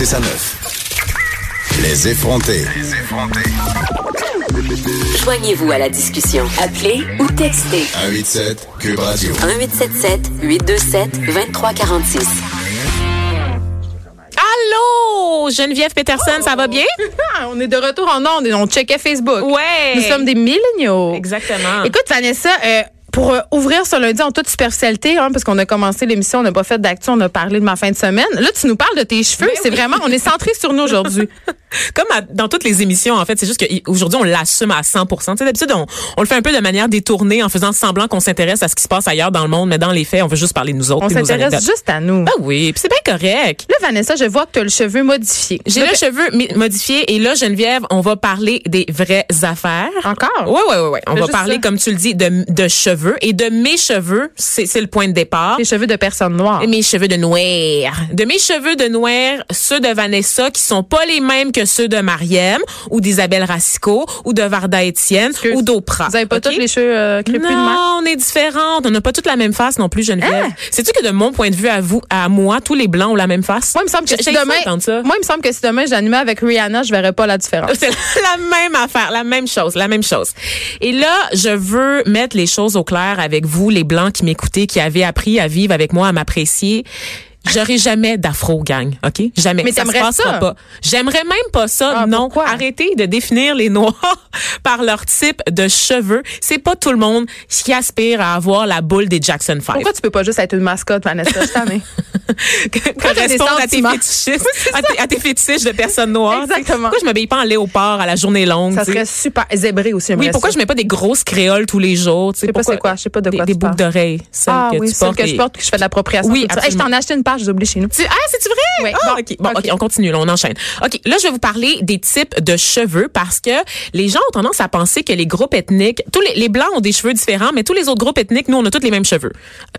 C'est ça neuf. Les effrontés. Joignez-vous à la discussion. Appelez ou textez 187 Cube Radio. 1877 827 2346. Allô, Geneviève Peterson, ça va bien? Ah, on est de retour en ondes et on checkait Facebook. Ouais. Nous sommes des milléniaux. Exactement. Écoute, Vanessa, euh, pour euh, ouvrir ce lundi en toute superficialité, hein, parce qu'on a commencé l'émission, on n'a pas fait d'actu, on a parlé de ma fin de semaine. Là, tu nous parles de tes Ben cheveux. C'est vraiment, on est centré sur nous aujourd'hui. Comme à- dans toutes les émissions, en fait, c'est juste qu'aujourd'hui, on l'assume à 100 Tu sais, d'habitude, on, on le fait un peu de manière détournée en faisant semblant qu'on s'intéresse à ce qui se passe ailleurs dans le monde, mais dans les faits, on veut juste parler de nous autres. On et de nos s'intéresse anecdotes. juste à nous. Ben oui, puis c'est bien correct. Là, Vanessa, je vois que tu as le cheveu modifié. J'ai le cheveu mi- modifié et là, Geneviève, on va parler des vraies affaires. Encore? Oui, oui, oui. Ouais. On Fais va juste parler, ça. comme tu le dis, de, de cheveux et de mes cheveux. C'est c'est le point de départ. Les cheveux de personnes noires. Et mes cheveux de noir. De mes cheveux de noir, ceux de Vanessa qui sont pas les mêmes que ceux de Mariem ou d'Isabelle Racicot ou de Varda Étienne Excuse. ou d'Oprah. Vous avez pas OK? tous les cheveux euh, crépus de même? Hein? non, on est différentes. On n'a pas toutes la même face non plus, Geneviève. Sais-tu que de mon point de vue à vous, à moi, tous les blancs ont la même face? Moi, il me semble que J'ai- si j'ai ça, demain, entendre ça. moi, il me semble que si demain j'animais avec Rihanna, je verrais pas la différence. C'est la même affaire, la même chose, la même chose. Et là, je veux mettre les choses au clair avec vous, les blancs qui m'écoutez, qui avez appris à vivre avec moi, à m'apprécier. J'aurai jamais d'afro gang, ok Jamais. Mais ça se t'aimerais passera ça? pas. J'aimerais même pas ça. Ah, non. pourquoi? Arrêtez de définir les noirs par leur type de cheveux. C'est pas tout le monde qui aspire à avoir la boule des Jackson Five. Pourquoi tu peux pas juste être une mascotte, Vanessa? Je t'en ai. t'as des correspondre à tes sentiments? fétichistes, à, tes, à tes fétiches de personnes noires. tu sais. Exactement. Pourquoi je m'habille pas en léopard à la journée longue Ça tu serait sais? super zébré aussi. Oui, pourquoi je mets pas des grosses créoles tous les jours? Je sais pas c'est quoi, je sais pas de quoi Des, tu boucles parles. d'oreilles, celles ah que oui, tu celle portes. que et- je porte que je fais de l'appropriation. Oui, tout ça. Hey, je absolument. t'en ai acheté une page, j'ai oublié chez nous. Tu- Ah, c'est-tu Oui, vrai? Ah, bon, OK. Bon, OK. OK, on continue, là, on enchaîne. OK, là, je vais vous parler des types de cheveux parce que les gens ont tendance à penser que les groupes ethniques, tous les, les Blancs ont des cheveux différents, mais tous les autres groupes ethniques, nous, on a tous les mêmes cheveux.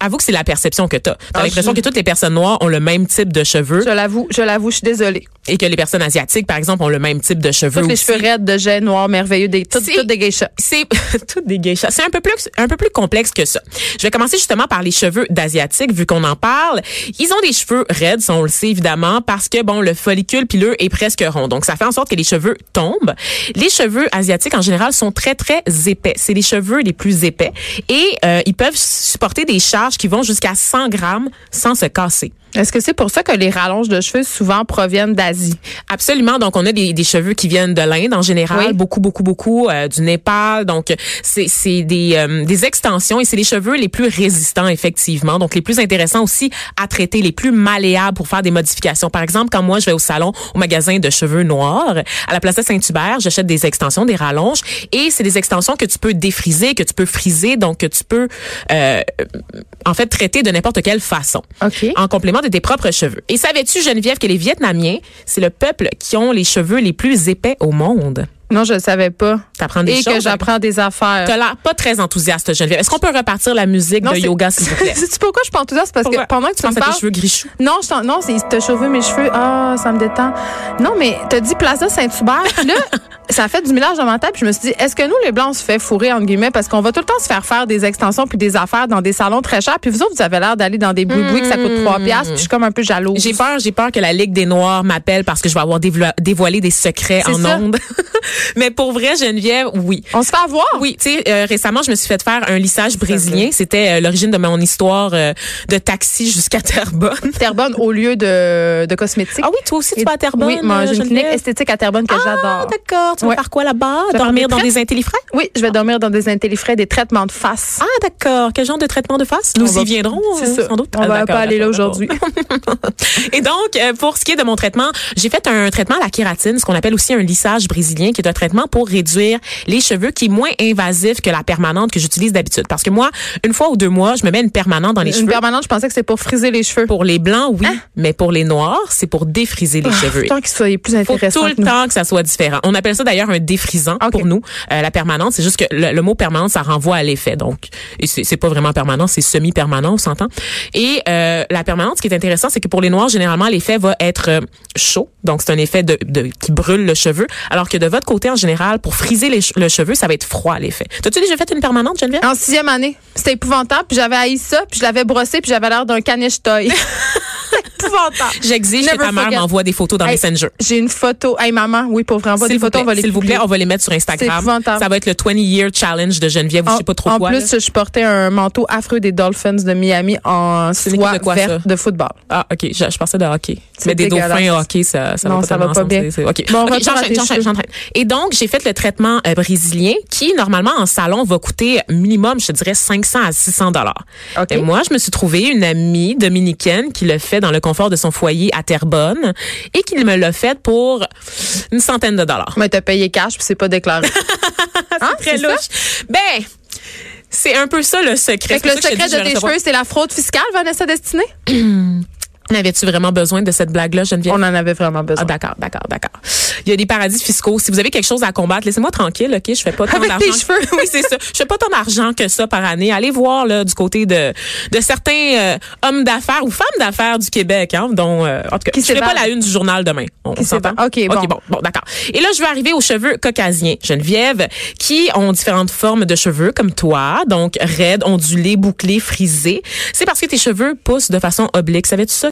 Avoue que c'est la perception que t'as. T'as Ah, l'impression je- que toutes les personnes noires ont le même type de cheveux Je l'avoue, je l'avoue, je suis désolée. et que les personnes asiatiques, par exemple, ont le même type de cheveux Toutes les aussi. cheveux raides de jet noirs merveilleux, des, toutes, Si. toutes des geishas. c'est tout des geishas. C'est un peu plus un peu plus complexe que ça. Je vais commencer justement par les cheveux d'asiatiques vu qu'on en parle. Ils ont des cheveux raides, ça, on le sait évidemment parce que bon le follicule pileux est presque rond. Donc ça fait en sorte que les cheveux tombent. Les cheveux asiatiques en général sont très très épais. C'est les cheveux les plus épais et euh, ils peuvent supporter des charges qui vont jusqu'à 100 grammes sans se casser. Est-ce que c'est pour ça que les rallonges de cheveux souvent proviennent d'Asie? Absolument. Donc, on a des, des cheveux qui viennent de l'Inde en général, Oui. beaucoup, beaucoup, beaucoup, euh, du Népal. Donc, c'est c'est des, euh, des extensions et c'est les cheveux les plus résistants, effectivement. Donc, les plus intéressants aussi à traiter, les plus malléables pour faire des modifications. Par exemple, quand moi, je vais au salon, au magasin de cheveux noirs, à la place de Saint-Hubert, j'achète des extensions, des rallonges et c'est des extensions que tu peux défriser, que tu peux friser, donc que tu peux, euh, en fait, traiter de n'importe quelle façon OK. en complément de tes propres cheveux. Et savais-tu, Geneviève, que les Vietnamiens, c'est le peuple qui ont les cheveux les plus épais au monde? Non, je le savais pas. T'apprends des Et choses. hein. que j'apprends des affaires. T'as l'air pas très enthousiaste, Geneviève. Est-ce qu'on peut repartir la musique Non, de c'est- yoga, s'il vous plaît? Sais-tu pourquoi je pense tout ça? C'est parce Pourquoi? que pendant que tu, penses me à parles. tes cheveux grichous? Non, je t'en- non, c'est te cheveux, mes cheveux. Ah, ça me détend. Non, mais t'as dit Plaza Saint-Hubert. Puis là, ça a fait du mélange dans ma tête. Puis je me suis dit, est-ce que nous, les Blancs, on se fait fourrer, entre guillemets, parce qu'on va tout le temps se faire faire des extensions puis des affaires dans des salons très chers. Puis vous autres, vous avez l'air d'aller dans des boui-boui que ça coûte 3 piastres. Puis je suis comme un peu jalouse. Mmh. J'ai peur, j'ai peur que la Ligue des Noirs m'appelle parce que je vais avoir dévoi- dévoilé des secrets C'est en ça. ondes. Mais pour vrai, Geneviève, oui. On se fait avoir. Oui, tu sais, euh, récemment, je me suis fait faire un lissage brésilien. C'était euh, l'origine de mon histoire euh, de taxi jusqu'à Terrebonne. Terrebonne au lieu de, de cosmétiques. Ah oui, toi aussi, tu vas à Terrebonne? Oui, moi, j'ai euh, une clinique Geneviève? esthétique à Terrebonne que Ah, j'adore. d'accord. Tu vas Ouais. faire quoi là-bas? Je vais Dormir faire des dans des intellifrais? Oui, je vais dormir dans des intellifrais, des traitements de face. Ah, d'accord. Quel genre de traitement de face? On Nous y va- viendrons, C'est euh, ça. sans doute. On Ah, va d'accord, pas aller là d'accord, d'accord. aujourd'hui. Et donc, euh, pour ce qui est de mon traitement, j'ai fait un traitement à la kératine, ce qu'on appelle aussi un lissage brésilien, qui est un traitement pour réduire les cheveux, qui est moins invasif que la permanente que j'utilise d'habitude. Parce que moi, une fois ou deux mois, je me mets une permanente dans les Une cheveux. Hein? permanente, je pensais que c'est pour friser les cheveux. Pour les blancs, oui, mais pour les noirs, c'est pour défriser les cheveux. Tant qu'ils soient plus Faut intéressants. tout le que nous. temps que ça soit différent. On appelle ça d'ailleurs un défrisant Ok. pour nous. Euh, la permanente, c'est juste que le, le mot permanente, ça renvoie à l'effet. Donc, et c'est c'est pas vraiment permanent, c'est semi-permanent, on s'entend. Et euh, la permanente, ce qui est intéressant, c'est que pour les noirs, généralement, l'effet va être euh, chaud. Donc, c'est un effet de, de- qui brûle le cheveu. Alors que de votre côté, en général, pour friser les che- le cheveu, ça va être froid l'effet. T'as-tu déjà fait une permanente, Geneviève? En sixième année, c'était épouvantable, puis j'avais haï ça, puis je l'avais brossé, puis j'avais l'air d'un caniche toy. c'était épouvantable. J'exige que Never ta mère forget. m'envoie des photos dans Hey, Messenger. J'ai une photo. Hey maman, oui, pour vraiment des S'il vous, photos, plaît, on va les s'il vous plaît, publier. on va les mettre sur Instagram. épouvantable. Ça va être le 20-year challenge de Geneviève ou je sais pas trop en quoi. là. plus, je portais un manteau affreux des Dolphins de Miami en une soie équipe de quoi, verte ça? de football. Ah, OK. Je, je pensais de hockey. C'est Mais des dégueulasse. dauphins au hockey, ça, ça Non, va pas, ça va tellement pas ensemble, bien. c'est- c'est- OK. Bon, OK, retour à j'enchaîne, tes j'enchaîne, cheveux. j'enchaîne. Et donc, j'ai fait le traitement euh, brésilien qui, normalement, en salon, va coûter minimum, je te dirais, 500 à 600 dollars. OK. Et moi, je me suis trouvé une amie dominicaine qui le fait dans le confort de son foyer à Terrebonne et qui me l'a fait pour une centaine de dollars. Mais t'as payé cash, puis c'est pas déclaré. Hein, Très c'est ça? louche. Ben, c'est un peu ça le secret. Fait que le C'est pour ça je secret te dis, je de vais tes recevoir- cheveux, c'est la fraude fiscale, Vanessa Destinée? N'avais-tu vraiment besoin de cette blague-là, Geneviève? On en avait vraiment Ah, besoin. d'accord, d'accord, d'accord. Il y a des paradis fiscaux. Si vous avez quelque chose à combattre, laissez-moi tranquille, OK? Je fais pas tant Avec d'argent. tes cheveux. oui, c'est ça. Je fais pas tant d'argent que ça par année. Allez voir, là, du côté de, de certains euh, hommes d'affaires ou femmes d'affaires du Québec, hein, dont, euh, en tout cas, Qui je ferai pas s'évadent. la une du journal demain. On, Qui on s'entend? s'évadent. OK, bon. OK, bon, bon, d'accord. Et là, je vais arriver aux cheveux caucasiens, Geneviève, qui ont différentes formes de cheveux, comme toi. Donc, raides, ondulés, bouclés, frisés. C'est parce que tes cheveux poussent de façon oblique. Savais-tu ça?